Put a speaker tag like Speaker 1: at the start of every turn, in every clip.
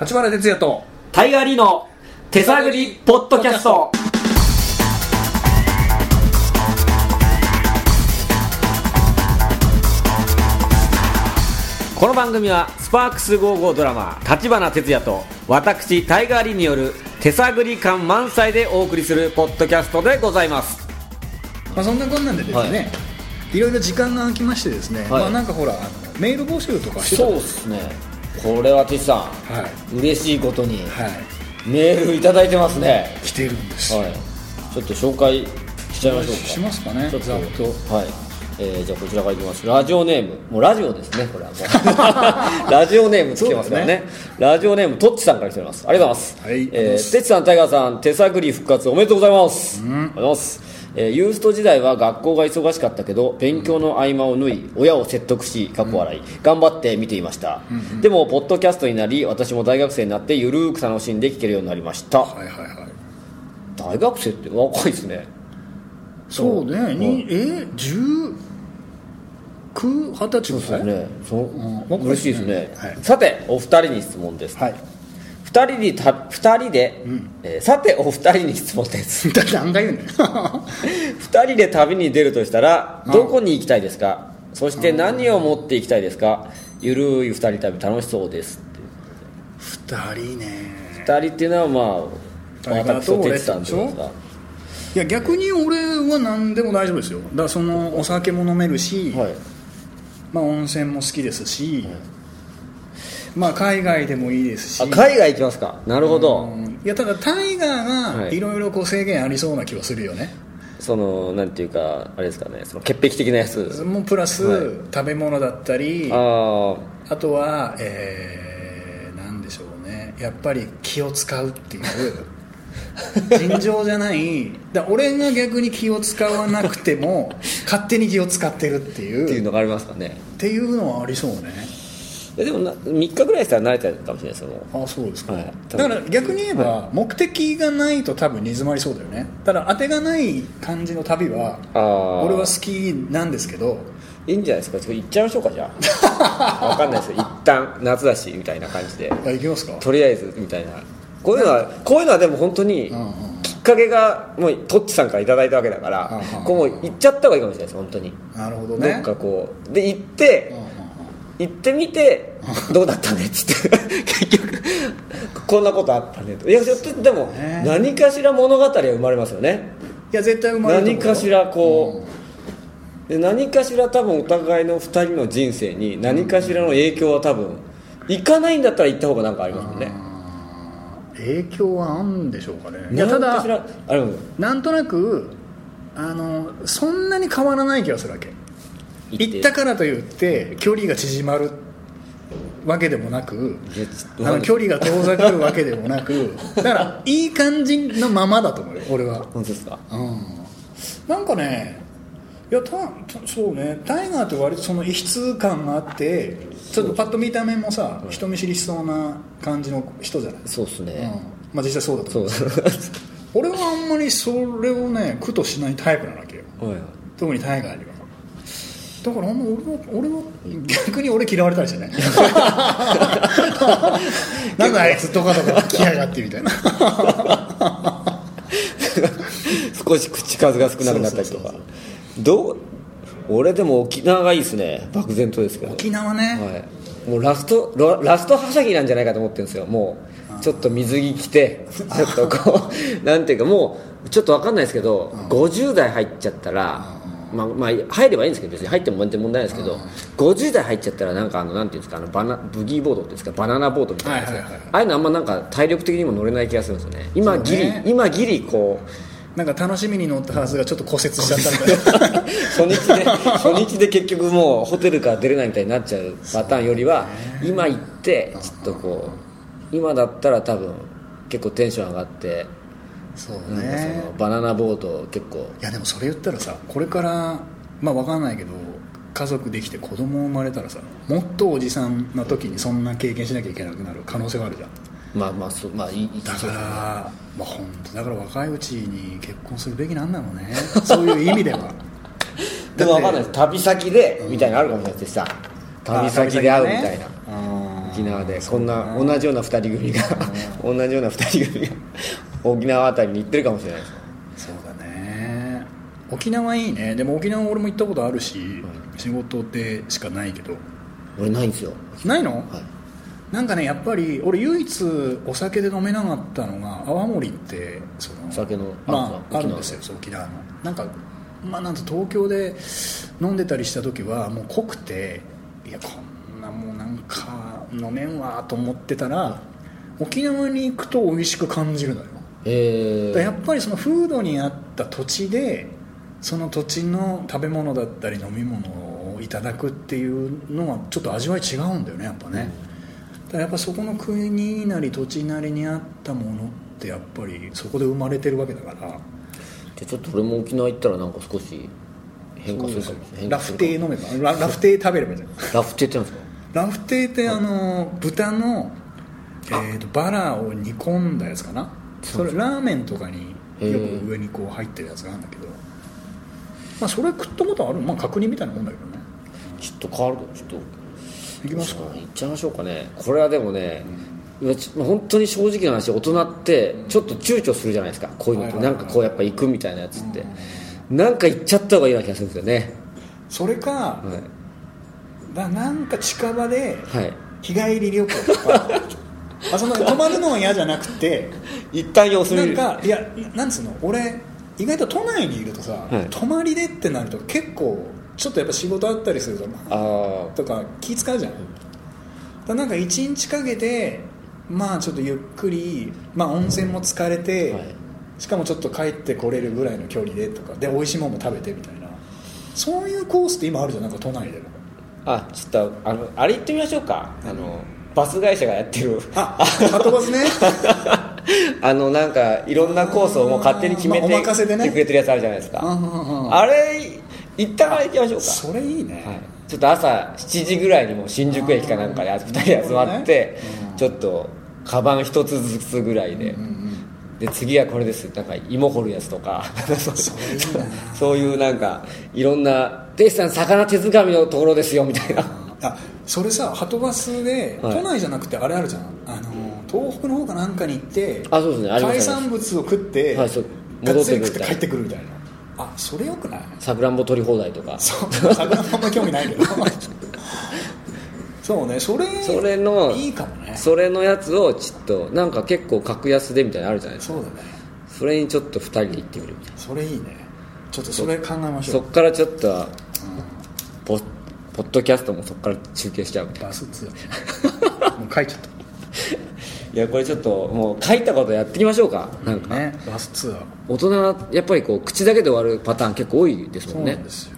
Speaker 1: 立花哲也と
Speaker 2: タイガーリーの手探りポッドキャスト。この番組はスパークス55ドラマ立花哲也と私タイガーリーによる手探り感満載でお送りするポッドキャストでございます。
Speaker 1: まあ、そんなこんなんでですね、、
Speaker 2: はい
Speaker 1: ろいろ時間が空きましてですね、
Speaker 2: はい
Speaker 1: まあ、なんかほらあのメール募集とかしてた
Speaker 2: そうですね。これはティさ
Speaker 1: はい
Speaker 2: ん、嬉しいことに
Speaker 1: はい
Speaker 2: メールいただいてますね。
Speaker 1: 来てるんです、
Speaker 2: はい、ちょっと紹介しちゃいましょうか
Speaker 1: しますかね
Speaker 2: ちょっと
Speaker 1: ざっと
Speaker 2: はい、えーじゃあこちらからいきますラジオネームもうラジオですねこれはもう ラジオネームつけてますからねラジオネームとっちさんから来ておりますありがとうございます、
Speaker 1: はい
Speaker 2: えー、てっちさんタイガーさん手探り復活おめでとうございます、ありがとうございますえーユースト時代は学校が忙しかったけど勉強の合間を縫い親を説得し過去笑い、頑張って見ていました、でもポッドキャストになり私も大学生になってゆるーく楽しんで聴けるようになりました、
Speaker 1: はいはいはい
Speaker 2: 大学生って若いですね
Speaker 1: そうね、
Speaker 2: はい
Speaker 1: にえ十九二十歳ぐらい、
Speaker 2: ねそう、
Speaker 1: ん
Speaker 2: 嬉しいですね、
Speaker 1: はい
Speaker 2: さてお二人に質問です、
Speaker 1: はい
Speaker 2: 二人にた二人で、えーさてお二人に質問です
Speaker 1: だって何回言うね
Speaker 2: 二人で旅に出るとしたらどこに行きたいですかそして何を持って行きたいですかゆるい二人旅楽しそうですっ て
Speaker 1: 二人ね
Speaker 2: 二人っていうのはまあ
Speaker 1: 誰か
Speaker 2: 私
Speaker 1: と
Speaker 2: と
Speaker 1: 俺
Speaker 2: 哲さんってことですか
Speaker 1: いや逆に俺は何でも大丈夫ですよだからそのお酒も飲めるし、
Speaker 2: はい
Speaker 1: まあ、温泉も好きですし、まあ、海外でもいいですし
Speaker 2: あ海外行きますかなるほど、
Speaker 1: うんいやただタイガーが
Speaker 2: はい
Speaker 1: いろいろこう制限ありそうな気はするよね、
Speaker 2: そのなんていうかあれですかねその潔癖的なやつ
Speaker 1: もうプラス、
Speaker 2: はい
Speaker 1: 食べ物だったりあ
Speaker 2: ああ
Speaker 1: とはえー、なんでしょうねやっぱり気を使うっていう 尋常じゃないだ俺が逆に気を使わなくて も勝手に気を使ってるっていう
Speaker 2: っていう
Speaker 1: っ
Speaker 2: のがありますかね
Speaker 1: ていうのはありそうね
Speaker 2: えでもな3日ぐらいしたら慣れたかもしれないですよもう
Speaker 1: あそうですか、
Speaker 2: はい
Speaker 1: だから逆に言えば目的がないと多分煮詰まりそうだよねただ当てがない感じの旅は
Speaker 2: ああ
Speaker 1: 俺は好きなんですけど
Speaker 2: いいんじゃないですかちょっと行っちゃいましょうかじゃあ分かんないですよ一旦夏だしみたいな感じで
Speaker 1: あ行きますか
Speaker 2: とりあえずみたいなこういうのはこういうのはでも本当に
Speaker 1: うんうん
Speaker 2: きっかけがもうトッチさんからいただいたわけだか
Speaker 1: うん
Speaker 2: ら
Speaker 1: うん
Speaker 2: こうもう行っちゃった方がいいかもしれないです本当に
Speaker 1: なるほど
Speaker 2: ど
Speaker 1: ね
Speaker 2: っかこうで行って
Speaker 1: うんうんうん
Speaker 2: 行ってみてどうだったねっつ って結局こんなことあったねといやちょっとでも
Speaker 1: ね
Speaker 2: 何かしら物語は生まれますよね
Speaker 1: いや絶対生まれると思う
Speaker 2: 何
Speaker 1: よ
Speaker 2: かしらこう、で何かしら多分お互いの2人の人生に何かしらの影響は多分行かないんだったら行った方がなんかありますもんね
Speaker 1: 影響はあるんでしょうかねいやた
Speaker 2: 何かし
Speaker 1: だ
Speaker 2: らあれも
Speaker 1: なんとなくあのそんなに変わらない気がするわけ行ったからといって距離が縮まるわけでもなく
Speaker 2: いやちょっと
Speaker 1: あの距離が遠ざかるわけでもなくだからいい感じのままだと思うよ俺は、
Speaker 2: 本当ですか
Speaker 1: うん、なんかねいやたたそうねタイガーって割とその異質感があってちょっとパッと見た目もさ人見知りしそうな感じの人じゃないです
Speaker 2: そうっす
Speaker 1: か、うん
Speaker 2: ね、
Speaker 1: まあ、実際そうだと
Speaker 2: そ
Speaker 1: 思う
Speaker 2: う
Speaker 1: 俺はあんまりそれをね苦としないタイプなわけよ
Speaker 2: おいおい
Speaker 1: 特にタイガーにはだからあんま俺は俺は逆に俺嫌われたりして ねなんだあいつとかとか来やがってみたいな
Speaker 2: 少し口数が少なくなったりとかどう俺でも沖縄がいいですね漠然とですけど
Speaker 1: 沖縄ね、
Speaker 2: はい、もうラストララストはしゃぎなんじゃないかと思ってるんですよもうちょっと水着着てちょっとこう なんていうかもうちょっと分かんないですけど、50代入っちゃったら、まあまあ、入ればいいんですけど別に入っても問題ないですけど、50代入っちゃったらなんかあのなんていうんですかあのバナブギーボードっていうんですかバナナボードみたいなやつ、
Speaker 1: はいはいはいはい
Speaker 2: ああいうのあんまなんか体力的にも乗れない気がするんですよね今ギ
Speaker 1: そ
Speaker 2: リ
Speaker 1: うね
Speaker 2: 今ギリこう
Speaker 1: なんか楽しみに乗ったはずがちょっと骨折しちゃったみたいな
Speaker 2: 初日で初日で結局もうホテルから出れないみたいになっちゃうパターンよりは、今行ってちょっとこう今だったら多分結構テンション上がって
Speaker 1: そう
Speaker 2: なんか
Speaker 1: ね
Speaker 2: そのバナナボート結構
Speaker 1: いやでもそれ言ったらさこれからまあ分かんないけど家族できて子供生まれたらさもっとおじさんの時にそんな経験しなきゃいけなくなる可能性があるじゃん
Speaker 2: まあまあそうまあいい
Speaker 1: だか
Speaker 2: そう
Speaker 1: ら、まあ、本当だから若いうちに結婚するべきなんだろうね そういう意味では
Speaker 2: でも分かんないです旅先でみたいなのあるかもしれないですさ旅先で会うみたいな、
Speaker 1: あ
Speaker 2: 沖縄でこんな同じような2人組が同じような2人組が沖縄あたりに行ってるかもしれないです
Speaker 1: そうだね沖縄いいねでも沖縄俺も行ったことあるし、仕事でしかないけど
Speaker 2: 俺ないんですよ
Speaker 1: ないの、
Speaker 2: はい
Speaker 1: なんかねやっぱり俺唯一お酒で飲めなかったのが泡盛ってその
Speaker 2: お酒の
Speaker 1: まあ、
Speaker 2: あ
Speaker 1: ある
Speaker 2: る
Speaker 1: ん
Speaker 2: んで
Speaker 1: ですす
Speaker 2: よ
Speaker 1: よそう沖縄のなんかまあなんと東京で飲んでたりした時はもう濃くていやこんなもうなんか飲めんわと思ってたら沖縄に行くと美味しく感じるのよ
Speaker 2: え
Speaker 1: だからや
Speaker 2: ー、
Speaker 1: っぱりその風土に合った土地でその土地の食べ物だったり飲み物をいただくっていうのはちょっと味わい違うんだよねやっぱね、だからやっぱそこの国なり土地なりに合ったものってやっぱりそこで生まれてるわけだから
Speaker 2: じゃあちょっと俺も沖縄行ったらなんか少し変化するかもしれない
Speaker 1: ラフテー飲めばララフテー食べればいいじゃん
Speaker 2: ラフテーってなんですか
Speaker 1: ラフテーってあの豚の、えー、とバラを煮込んだやつかなそれラーメンとかによく上にこう入ってるやつがあるんだけど、まあ、それ食ったことあるまあ角煮みたいなもんだけどね
Speaker 2: ちょっと変わるかちょっと
Speaker 1: いきますか
Speaker 2: 行っちゃいましょうかねこれはでもね、今ち本当に正直な話大人ってちょっと躊躇するじゃないですかこういうのって
Speaker 1: はいは
Speaker 2: ないんかこうやっぱ行くみたいなやつって、なんか行っちゃった方がいいような気がするんですよね
Speaker 1: それか,、
Speaker 2: はい、
Speaker 1: だなんか近場で
Speaker 2: はい、
Speaker 1: 日帰り旅行とか あその泊まるのは嫌じゃなくて
Speaker 2: 一旦様子
Speaker 1: な
Speaker 2: 見
Speaker 1: ん
Speaker 2: る
Speaker 1: かいやなんつうの俺意外と都内にいるとさ、
Speaker 2: い
Speaker 1: 泊まりでってなると結構ちょっとやっぱ仕事あったりするとまあ
Speaker 2: ああ
Speaker 1: とか気使うじゃん、だからなんか1日かけてまあちょっとゆっくり、まあ、温泉も疲れて、
Speaker 2: はい
Speaker 1: しかもちょっと帰ってこれるぐらいの距離でとかで美味しいもんも食べてみたいなそういうコースって今あるじゃんなんか都内でも
Speaker 2: あちょっとあのあれ行ってみましょうかあのバス会社がやってる
Speaker 1: あはとバ スね
Speaker 2: あのなんかいろんなコースをもう勝手に決めて
Speaker 1: まあお任せでね
Speaker 2: 来てくれてるやつあるじゃないですか
Speaker 1: うんうんうん
Speaker 2: あれ一旦あれ行きましょうか
Speaker 1: それいいね、
Speaker 2: はい、ちょっと朝7時ぐらいにもう新宿駅かなんかで
Speaker 1: あー
Speaker 2: 2人で集まって、
Speaker 1: うん
Speaker 2: ちょっとカバン1つずつぐらいで、
Speaker 1: うんうん
Speaker 2: で次はこれですなんか芋掘るやつとか
Speaker 1: それいいな
Speaker 2: そういうなんかいろんな「デイさん魚手づかみのところですよ」みたいな
Speaker 1: あそれさはとバスで、
Speaker 2: はい
Speaker 1: 都内じゃなくてあれあるじゃんあの東北の方かなんかに行って
Speaker 2: あそうですねありま
Speaker 1: 海
Speaker 2: すあり
Speaker 1: 産物を食って、
Speaker 2: はいそう
Speaker 1: がっつり
Speaker 2: 戻っ
Speaker 1: 食ったて
Speaker 2: てくるみいな
Speaker 1: 帰ってくるみたいなあそれよくない
Speaker 2: さくらんぼ取り放題とか
Speaker 1: そう桜もあんま興味ないけどそうねそれ
Speaker 2: それの
Speaker 1: いいかもねそ
Speaker 2: それのやつをちょっとなんか結構格安でみたいなのあるじゃないですか
Speaker 1: うだね
Speaker 2: それにちょっと2人で行ってみるみたい
Speaker 1: それいいねちょっとそれ考えま
Speaker 2: な
Speaker 1: しょ
Speaker 2: そうっからちょっとポポッドキャストもそっから中継しちゃうみたいな
Speaker 1: バスツアもう書いちゃった
Speaker 2: いやこれちょっともう書いたことやっていきましょうかなんか
Speaker 1: ねバスツアー
Speaker 2: 大人はやっぱりこう口だけで終わるパターン結構多いです
Speaker 1: そ
Speaker 2: も
Speaker 1: うんな
Speaker 2: ね
Speaker 1: んですよ、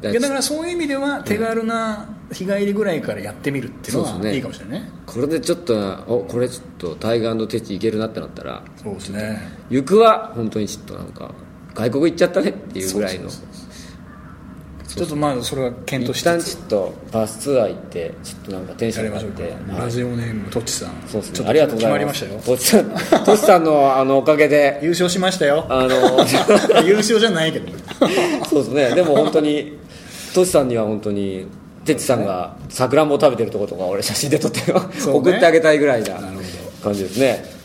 Speaker 2: だ
Speaker 1: い
Speaker 2: か
Speaker 1: やだ
Speaker 2: ら
Speaker 1: からそういう意味では手軽な日帰りぐらいからやってみるっていうの
Speaker 2: そ
Speaker 1: は
Speaker 2: うですね
Speaker 1: いいかもしれないね
Speaker 2: これでちょっとおこれちょっとタイガーテチいけるなってなったら
Speaker 1: そうですね
Speaker 2: 行くは本当にちょっとなんか外国行っちゃったねっていうぐらいの
Speaker 1: ちょっとまあそれは検討し
Speaker 2: 一
Speaker 1: て
Speaker 2: 旦ちょっとバスツアー行ってちょっとなんかテンシ
Speaker 1: や
Speaker 2: ョ
Speaker 1: り
Speaker 2: ン
Speaker 1: ましょう
Speaker 2: 上
Speaker 1: か
Speaker 2: がって
Speaker 1: ラジオネームとっちさん
Speaker 2: そうです
Speaker 1: ちょっ
Speaker 2: ねありがとうござい
Speaker 1: 決
Speaker 2: ま
Speaker 1: ますりましたよ
Speaker 2: とし さんとしさんのあのおかげで
Speaker 1: 優勝しましたよ
Speaker 2: あ の
Speaker 1: 優勝じゃないけど
Speaker 2: そうですねでも本当にトシさんには本当にてちさんがさくらんぼを食べてるとことか俺写真で撮ってよ
Speaker 1: そうね
Speaker 2: 送ってあげたいぐらいな
Speaker 1: なるほ
Speaker 2: 感じですね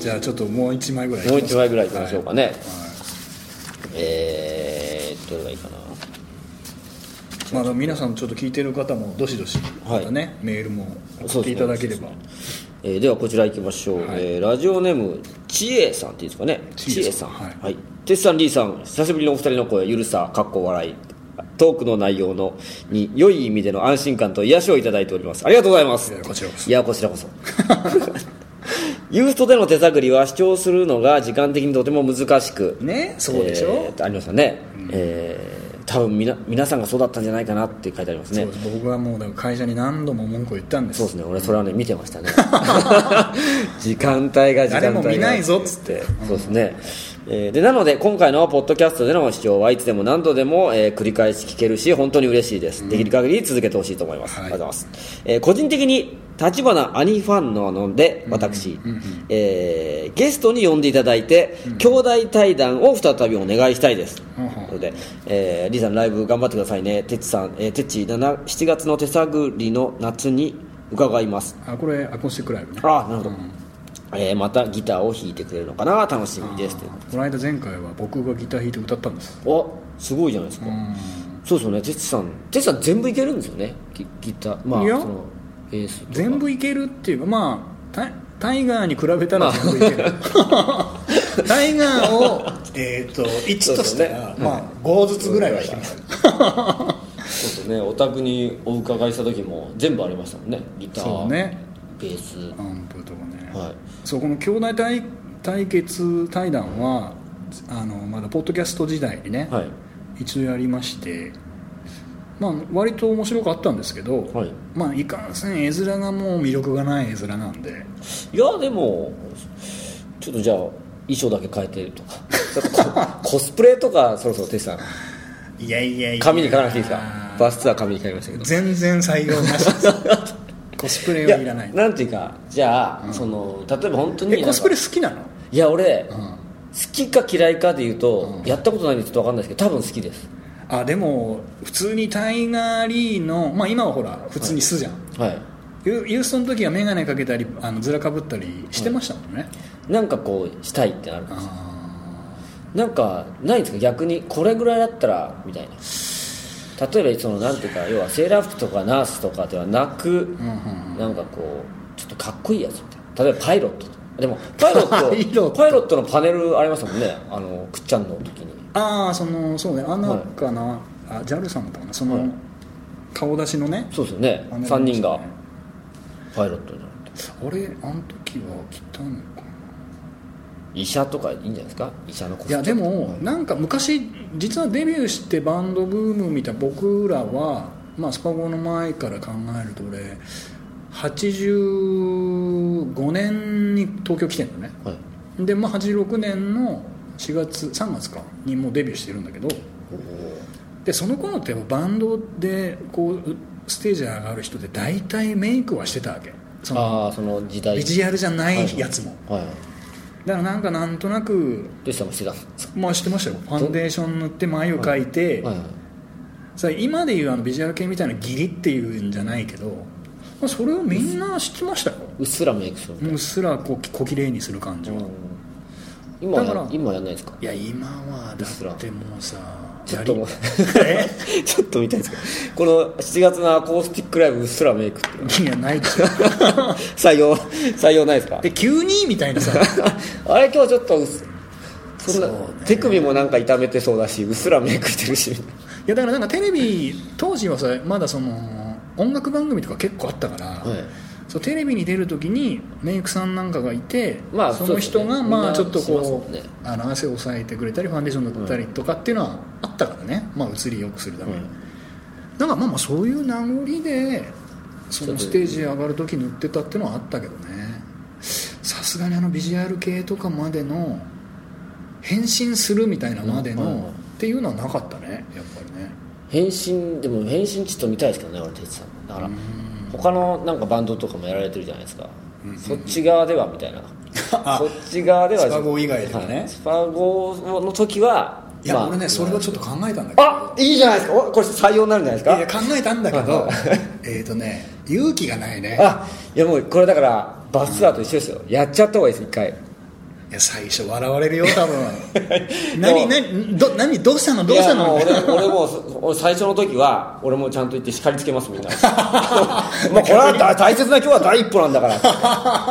Speaker 1: じゃあちょっともう一枚ぐらい
Speaker 2: もう一枚ぐらいいきましょう
Speaker 1: は
Speaker 2: かね、えーどれがいいか
Speaker 1: いまあ、皆さんちょっと聞いてる方もどしどし
Speaker 2: はい
Speaker 1: またねメールも送
Speaker 2: そう
Speaker 1: っ
Speaker 2: です
Speaker 1: て
Speaker 2: ね
Speaker 1: いただければ、
Speaker 2: えーではこちらいきましょう、
Speaker 1: はい
Speaker 2: えーラジオネームちえさんっていいですかね
Speaker 1: ち
Speaker 2: ち
Speaker 1: え
Speaker 2: え
Speaker 1: さ
Speaker 2: さ
Speaker 1: ん
Speaker 2: ん
Speaker 1: はい
Speaker 2: はい哲さんリーさん久しぶりのお二人の声ゆるさかっこ笑いトークの内容のに良い意味での安心感と癒しをいただいておりますありがとうございます
Speaker 1: いやこちらこそ
Speaker 2: いやこちらこそ ユーストでの手探りは主張するのが時間的にとても難しく
Speaker 1: ねそうでしょ、
Speaker 2: えー、ありましたね、えー多分みな皆さんがそうだったんじゃないかなって書いてあります
Speaker 1: そう
Speaker 2: ね
Speaker 1: です僕はもうだから会社に何度も文句を言ったんです
Speaker 2: そうですね俺それはね見てまし たね時間帯が時間帯が
Speaker 1: 誰も見ないぞっつって
Speaker 2: そうですね、えーでなので今回のポッドキャストでの視聴はいつでも何度でも、えー繰り返し聞けるし本当に嬉しいです、できる限り続けてほしいと思います、
Speaker 1: はい
Speaker 2: ありがとうございます、えー個人的に立花兄ファンなので私、えーゲストに呼んでいただいて、兄弟対談を再びお願いしたいです、
Speaker 1: うんうん
Speaker 2: ということで、えーリーさんライブ頑張ってくださいねてっちさん、えー、てっち7 7月の手探りの夏に伺います
Speaker 1: あこれアコースティックライブね
Speaker 2: ああなるほど、えーまたギターを弾いてくれるのかな楽しみですという
Speaker 1: この間前回は僕がギター弾いて歌ったんです
Speaker 2: おすごいじゃないですか、そうですよね哲さん哲さん全部いけるんですよねギギターまあ
Speaker 1: いや
Speaker 2: そのベースとか
Speaker 1: 全部いけるっていうかまあタイタイガーに比べたら全部いけ る、タイガーを、えー、と1としたら、
Speaker 2: そうですね
Speaker 1: まあ、5ずつぐらいは弾きます
Speaker 2: そうですねお宅にお伺いした時も全部ありましたもんねギター
Speaker 1: そうね
Speaker 2: ベース
Speaker 1: アンプとかね、
Speaker 2: はい
Speaker 1: そうこの兄弟対対決対談はあのまだポッドキャスト時代にね、
Speaker 2: はい
Speaker 1: 一度やりましてまあ割と面白かったんですけど、
Speaker 2: はい
Speaker 1: まあいかんせん絵面がもう魅力がない絵面なんで
Speaker 2: いやでもちょっとじゃあ衣装だけ変えてるとか ちょっとココスプレとかそろそろ哲さん
Speaker 1: いやいやいや
Speaker 2: 紙に書かなくていいですかバスツアー紙に書きましたけど
Speaker 1: 全然採用なしです コスプレはいらない
Speaker 2: やんていうかじゃあ、その例えば本当になん
Speaker 1: え
Speaker 2: か
Speaker 1: コスプレ好きなの
Speaker 2: いや俺、
Speaker 1: ん
Speaker 2: 好きか嫌いかで言うと、やったことないんでちょっと分かんないですけど多分好きです
Speaker 1: あでも普通にタイガー・リーのまあ今はほら普通に素じゃん、
Speaker 2: はい
Speaker 1: ユユーストの時は眼鏡かけたりあのずらかぶったりしてましたもんね、
Speaker 2: なんかこうしたいってなる
Speaker 1: あ
Speaker 2: なんかないんですか逆にこれぐらいだったらみたいな例えばそのなんていうか要はセーラー服とかナースとかではなく、
Speaker 1: ーうんうん
Speaker 2: なんかこうちょっとかっこいいやつみたいな例えばパイロットとでもパイロット
Speaker 1: パイロット
Speaker 2: パイロットのパネルありましたもんねあのくっちゃんの時に
Speaker 1: ああそのそうねあなかな、あ JAL さんだったかなその、
Speaker 2: はい
Speaker 1: 顔出しのね
Speaker 2: そうですよね
Speaker 1: パネル
Speaker 2: 3人
Speaker 1: あ
Speaker 2: が
Speaker 1: りま
Speaker 2: パイロットになると
Speaker 1: したねあれあの時は来たのかな
Speaker 2: 医者とかいいんじゃないですか医者のコス
Speaker 1: い
Speaker 2: プレ
Speaker 1: やでもなんか昔実はデビューしてバンドブーム見た僕らは、まあ、スパゴの前から考えると俺85年に東京来てんのね
Speaker 2: はい
Speaker 1: で、まあ、86年の4月3月かにもうデビューしてるんだけどでその頃ってやっぱバンドでこううステージ上がる人って大体メイクはしてたわけその
Speaker 2: ああその時代
Speaker 1: ビジュアルじゃないやつも、
Speaker 2: はいはい
Speaker 1: だからなんかなんとなく
Speaker 2: どうしたもしてたんですか
Speaker 1: まあしてましたよファンデーション塗って眉を描いて、
Speaker 2: はいはい
Speaker 1: さ今でいうあのビジュアル系みたいなギリっていうんじゃないけど、まあ、それをみんな知ってましたよ
Speaker 2: うっすらメイクするみたいう
Speaker 1: っすらこう小綺麗にする感じは、
Speaker 2: ない今
Speaker 1: だか
Speaker 2: や
Speaker 1: ら
Speaker 2: 今やんないですか
Speaker 1: や今はだ
Speaker 2: すら
Speaker 1: ってもうさ
Speaker 2: ちょっともう
Speaker 1: やりえ
Speaker 2: ちょっと見たいですけどこの7月のアコースティックライブうっすらメイク って
Speaker 1: いやないって
Speaker 2: 採用採用ないです か
Speaker 1: で急にみたいなさ
Speaker 2: あれ今日ちょっとうっすそんな
Speaker 1: そうね
Speaker 2: 手首もなんか痛めてそうだしうっすらメイクしてるし
Speaker 1: いやだからなんかテレビ当時はさまだその音楽番組とか結構あったから、
Speaker 2: はい
Speaker 1: そうテレビに出る時にメイクさんなんかがいて、
Speaker 2: まあ
Speaker 1: その人
Speaker 2: そうです
Speaker 1: が
Speaker 2: ね
Speaker 1: まあちょっと
Speaker 2: みんなしますも
Speaker 1: こ
Speaker 2: ん
Speaker 1: う、
Speaker 2: ね
Speaker 1: あの汗を抑えてくれたりファンデーション塗ったりとかっていうのはあったからね、まあ、映りよくするために、
Speaker 2: うん
Speaker 1: なんかまあまあそういう名残でそ
Speaker 2: ちょっ
Speaker 1: の
Speaker 2: と
Speaker 1: ステージ上がる時塗ってたっていうのはあったけどねさすがにあのビジュアル系とかまでの変身するみたいなまでの、
Speaker 2: うんはいはい
Speaker 1: っていうのはなかったねやっぱ りね
Speaker 2: 変身でも変身ちょっと見たいですけどね俺哲さんだから他のなんかバンドとかもやられてるじゃないですか、そっち側ではみたいな
Speaker 1: あ
Speaker 2: そっち側では
Speaker 1: スパゴ以外ではね
Speaker 2: はいスパゴの時はい
Speaker 1: や、
Speaker 2: まあ
Speaker 1: 俺ねそれはちょっと考えたんだけど
Speaker 2: あいいじゃないですかおこれ採用になるんじゃないです
Speaker 1: いや
Speaker 2: か
Speaker 1: いや考えたんだけど
Speaker 2: は
Speaker 1: えっとね勇気がないね
Speaker 2: あいやもうこれだからバスツアーと一緒ですよやっちゃった方がいいです一回
Speaker 1: いや最初笑われるよ多分
Speaker 2: で
Speaker 1: 何
Speaker 2: も
Speaker 1: 何ど何どうしたのどうしたの
Speaker 2: いやもう俺 俺もう俺最初の時は俺もちゃんと言って叱りつけ ますみんなもうこれは大大切な今日は第一歩なんだからって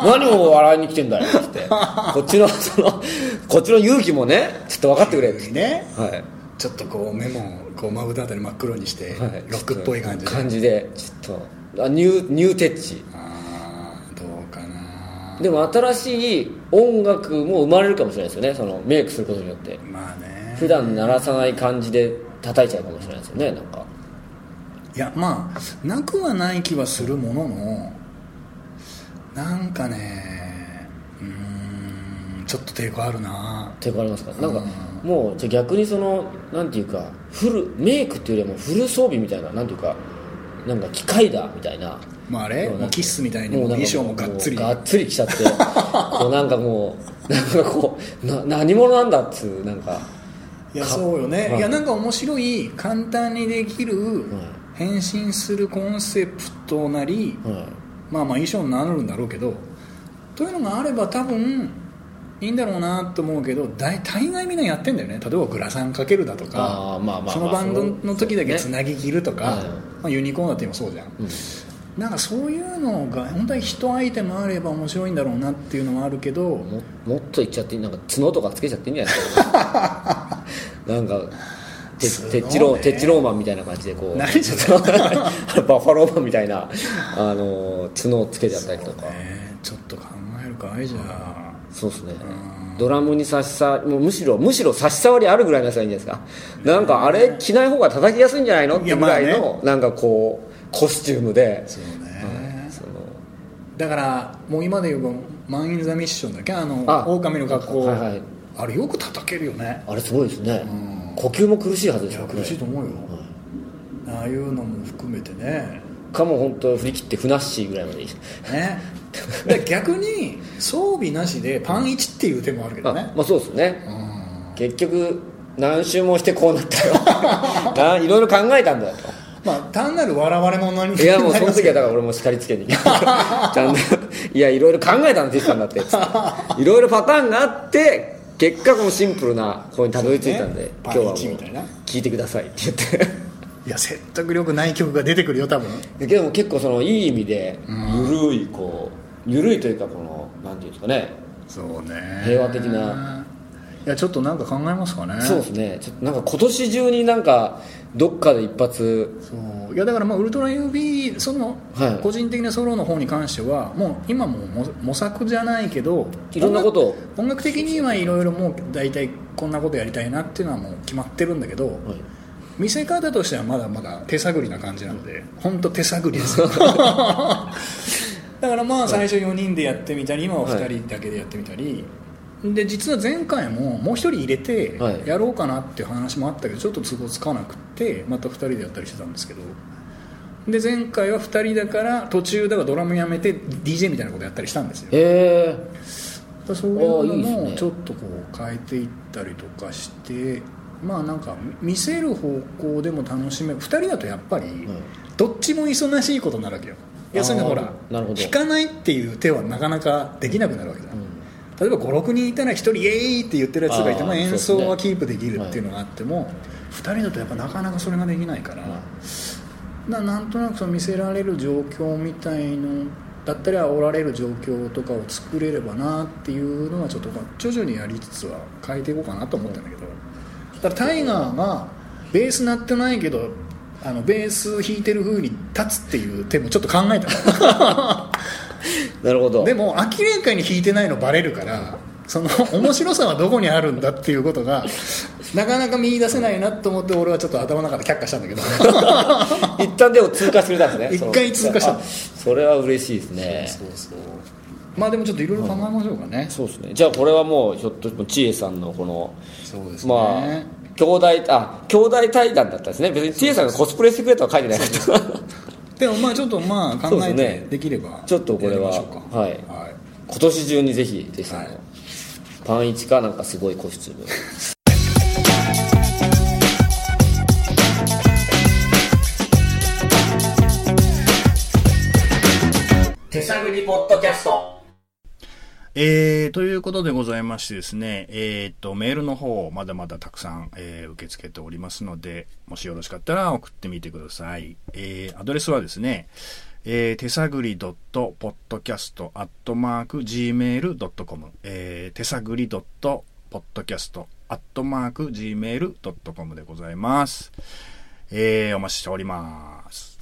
Speaker 2: 何を笑いに来てんだよってこっちのそのこっちの勇気もねちょっと分かってくれっ て
Speaker 1: ね
Speaker 2: はい
Speaker 1: ちょっとこう目もこうまぶたあたり真っ黒にして、
Speaker 2: はい
Speaker 1: ロックっぽい感じで
Speaker 2: 感じでちょっとあニューニューテッチ
Speaker 1: あーどうかな
Speaker 2: でも新しい音楽も生まれるかもしれないですよねそのメイクすることによって
Speaker 1: まあね
Speaker 2: 普段鳴らさない感じで叩いちゃうかもしれないですよねなんか
Speaker 1: いやまあなくはない気はするもののなんかねうーんちょっと抵抗あるな
Speaker 2: 抵抗ありますかなんかもうじゃあ逆にそのなんていうかフルメイクっていうよりはもうフル装備みたいななんていうかなんか機械だみたいな
Speaker 1: まああれ
Speaker 2: そうなんです
Speaker 1: もうキッスみたいに
Speaker 2: もうなん
Speaker 1: 衣
Speaker 2: か
Speaker 1: 装もがっつり
Speaker 2: がっつり来ちゃってこうなんかもうなんかこうな何者なんだっつうなんか
Speaker 1: いや
Speaker 2: か
Speaker 1: そうよね、、
Speaker 2: はいい
Speaker 1: やなんか面白い簡単にできる
Speaker 2: はい
Speaker 1: 変身するコンセプトなり、
Speaker 2: はい
Speaker 1: まあまあ衣装になるんだろうけどというのがあれば多分いいんだろうなと思うけど大大概みんなやってんだよね例えばグラサンかけるだと
Speaker 2: あ
Speaker 1: か
Speaker 2: ーまあまあまあ
Speaker 1: そのバンドの時だけ
Speaker 2: そ
Speaker 1: つ
Speaker 2: う
Speaker 1: なぎ切るとか、
Speaker 2: はい
Speaker 1: まあ、ユニコーンだって今そうじゃん、
Speaker 2: うん
Speaker 1: なんかそういうのが本当に一アイテムあれば面白いんだろうなっていうのはあるけど、
Speaker 2: ももっといっちゃっていいなんか角とかつけちゃっていいんじゃないですか なんかて
Speaker 1: 角ね
Speaker 2: てっちローテッチローマンみたいな感じでこう
Speaker 1: 何
Speaker 2: ちょっと バッファローマンみたいなあの角をつけちゃったりとか
Speaker 1: ねちょっと考えるかあれじゃあ
Speaker 2: そうですねドラムに差しさもうむしろむしろ差し障りあるぐらいのやつがいいんじゃないですかなんかあれ着ない方が叩きやすいんじゃないのっ
Speaker 1: い
Speaker 2: て
Speaker 1: や
Speaker 2: ぐらい
Speaker 1: ま
Speaker 2: のなんかこうコスチュームで
Speaker 1: そう
Speaker 2: は
Speaker 1: ね
Speaker 2: い、その
Speaker 1: だからもう今で言うマン・イン・ザ・ミッションだっけあの
Speaker 2: あ
Speaker 1: 狼の格好、
Speaker 2: はいはい
Speaker 1: あれよく叩けるよね
Speaker 2: あれすごいですね
Speaker 1: うん
Speaker 2: 呼吸も苦しいはずで
Speaker 1: い
Speaker 2: す
Speaker 1: や
Speaker 2: よ
Speaker 1: 苦しいと思うよ、ああいうのも含めてね
Speaker 2: かも本当振り切ってふなっしーぐらいまでいいです
Speaker 1: ねで逆に装備なしでパン1っていう手もあるけど
Speaker 2: あ
Speaker 1: ね、
Speaker 2: まあそうですね
Speaker 1: うん
Speaker 2: 結局何周もしてこうなったよ ないろいろ考えたん だよ
Speaker 1: まあ単なる笑われ者に
Speaker 2: といやもうその時はだから
Speaker 1: ら
Speaker 2: 俺も叱り つけにちゃんといやいろいろ考えたの哲さんだってつっていろいろパターンがあって結果このシンプルなここにたどり着いたんで、
Speaker 1: そうね
Speaker 2: 今日はも
Speaker 1: パ
Speaker 2: う
Speaker 1: ンイチみたいな
Speaker 2: 聞いてくださいって言って
Speaker 1: いや説得力ない曲が出てくるよ多分
Speaker 2: だけども結構そのいい意味で緩いこう緩いというかこのなんていうんですかね
Speaker 1: そうね
Speaker 2: 平和的ない
Speaker 1: やちょっとなんか考えますかね
Speaker 2: そうですねちょっとなんか今年中になんかどっかで一発
Speaker 1: そういやだからまあウルトラ UB その
Speaker 2: はい
Speaker 1: 個人的なソロの方に関してはもう今もう模模索じゃないけど
Speaker 2: いろんなことを
Speaker 1: 音楽音楽的にはいろいろもう大体こんなことやりたいなっていうのはもう決まってるんだけど、
Speaker 2: はい
Speaker 1: 見せ方としてはまだまだ手探りな感じなので本当手探りです だからまあ最初4人でやってみたり今は2人だけでやってみたり、で実は前回ももう1人入れて
Speaker 2: はい
Speaker 1: やろうかなっていう話もあったけどちょっと都合つかなくってまた2人でやったりしてたんですけどで前回は2人だから途中だからドラムやめて DJ みたいなことやったりしたんですよ
Speaker 2: ええ
Speaker 1: だからそういうの
Speaker 2: ああいいです
Speaker 1: も
Speaker 2: ね
Speaker 1: ちょっとこう変えていったりとかしてまあなんか見せる方向でも楽しめる2人だとやっぱりどっちも忙しいことになるわけよいやそれがほら
Speaker 2: なるほど
Speaker 1: 引かないっていう手はなかなかできなくなるわけだ、例えば56人いたら1人イエーイって言ってるやつがいても
Speaker 2: あー
Speaker 1: 演奏
Speaker 2: そう
Speaker 1: は
Speaker 2: です
Speaker 1: キープできるっていうのがあっても、2人だとやっぱなかなかそれができないから、ななんとなくその見せられる状況みたいのだったり煽られる状況とかを作れればなっていうのはちょっと徐々にやりつつは変えていこうかなと思ったんだけどだからタイガーがベース鳴ってないけどあのベース弾いてる風に立つっていう手もちょっと考えたの
Speaker 2: なるほど
Speaker 1: でも明らかに弾いてないのバレるからその 面白さはどこにあるんだっていうことがなかなか見出せないなと思って俺はちょっと頭の中で却下したんだけど
Speaker 2: 一旦でも通過するたんですね
Speaker 1: 一回通過した
Speaker 2: あそれは嬉しいですね
Speaker 1: そうそう まあでもちょっといろいろ考えましょうかね、
Speaker 2: そうですねじゃあこれはもうひょっとして千恵さんのこの
Speaker 1: そうですね、
Speaker 2: まあ兄弟あ兄弟対談だったんですね別に千恵さんがコスプレしてくれとは書いてないけど
Speaker 1: でもまあちょっとまあ考
Speaker 2: そ
Speaker 1: え
Speaker 2: う
Speaker 1: て
Speaker 2: ですね
Speaker 1: できれば
Speaker 2: ちょっとこれ
Speaker 1: や
Speaker 2: は
Speaker 1: りましょうか
Speaker 2: はい今年中にぜひぜひあの
Speaker 1: はい
Speaker 2: パンイチかなんかすごい個室で手探りポッドキャスト
Speaker 1: えーということでございましてですね、えー、とメールの方まだまだたくさん、えー受け付けておりますのでもしよろしかったら送ってみてください、えーアドレスはですね、えー手探り .podcast.gmail.com、えー手探り .podcast.gmail.com でございます、えーお待ちしております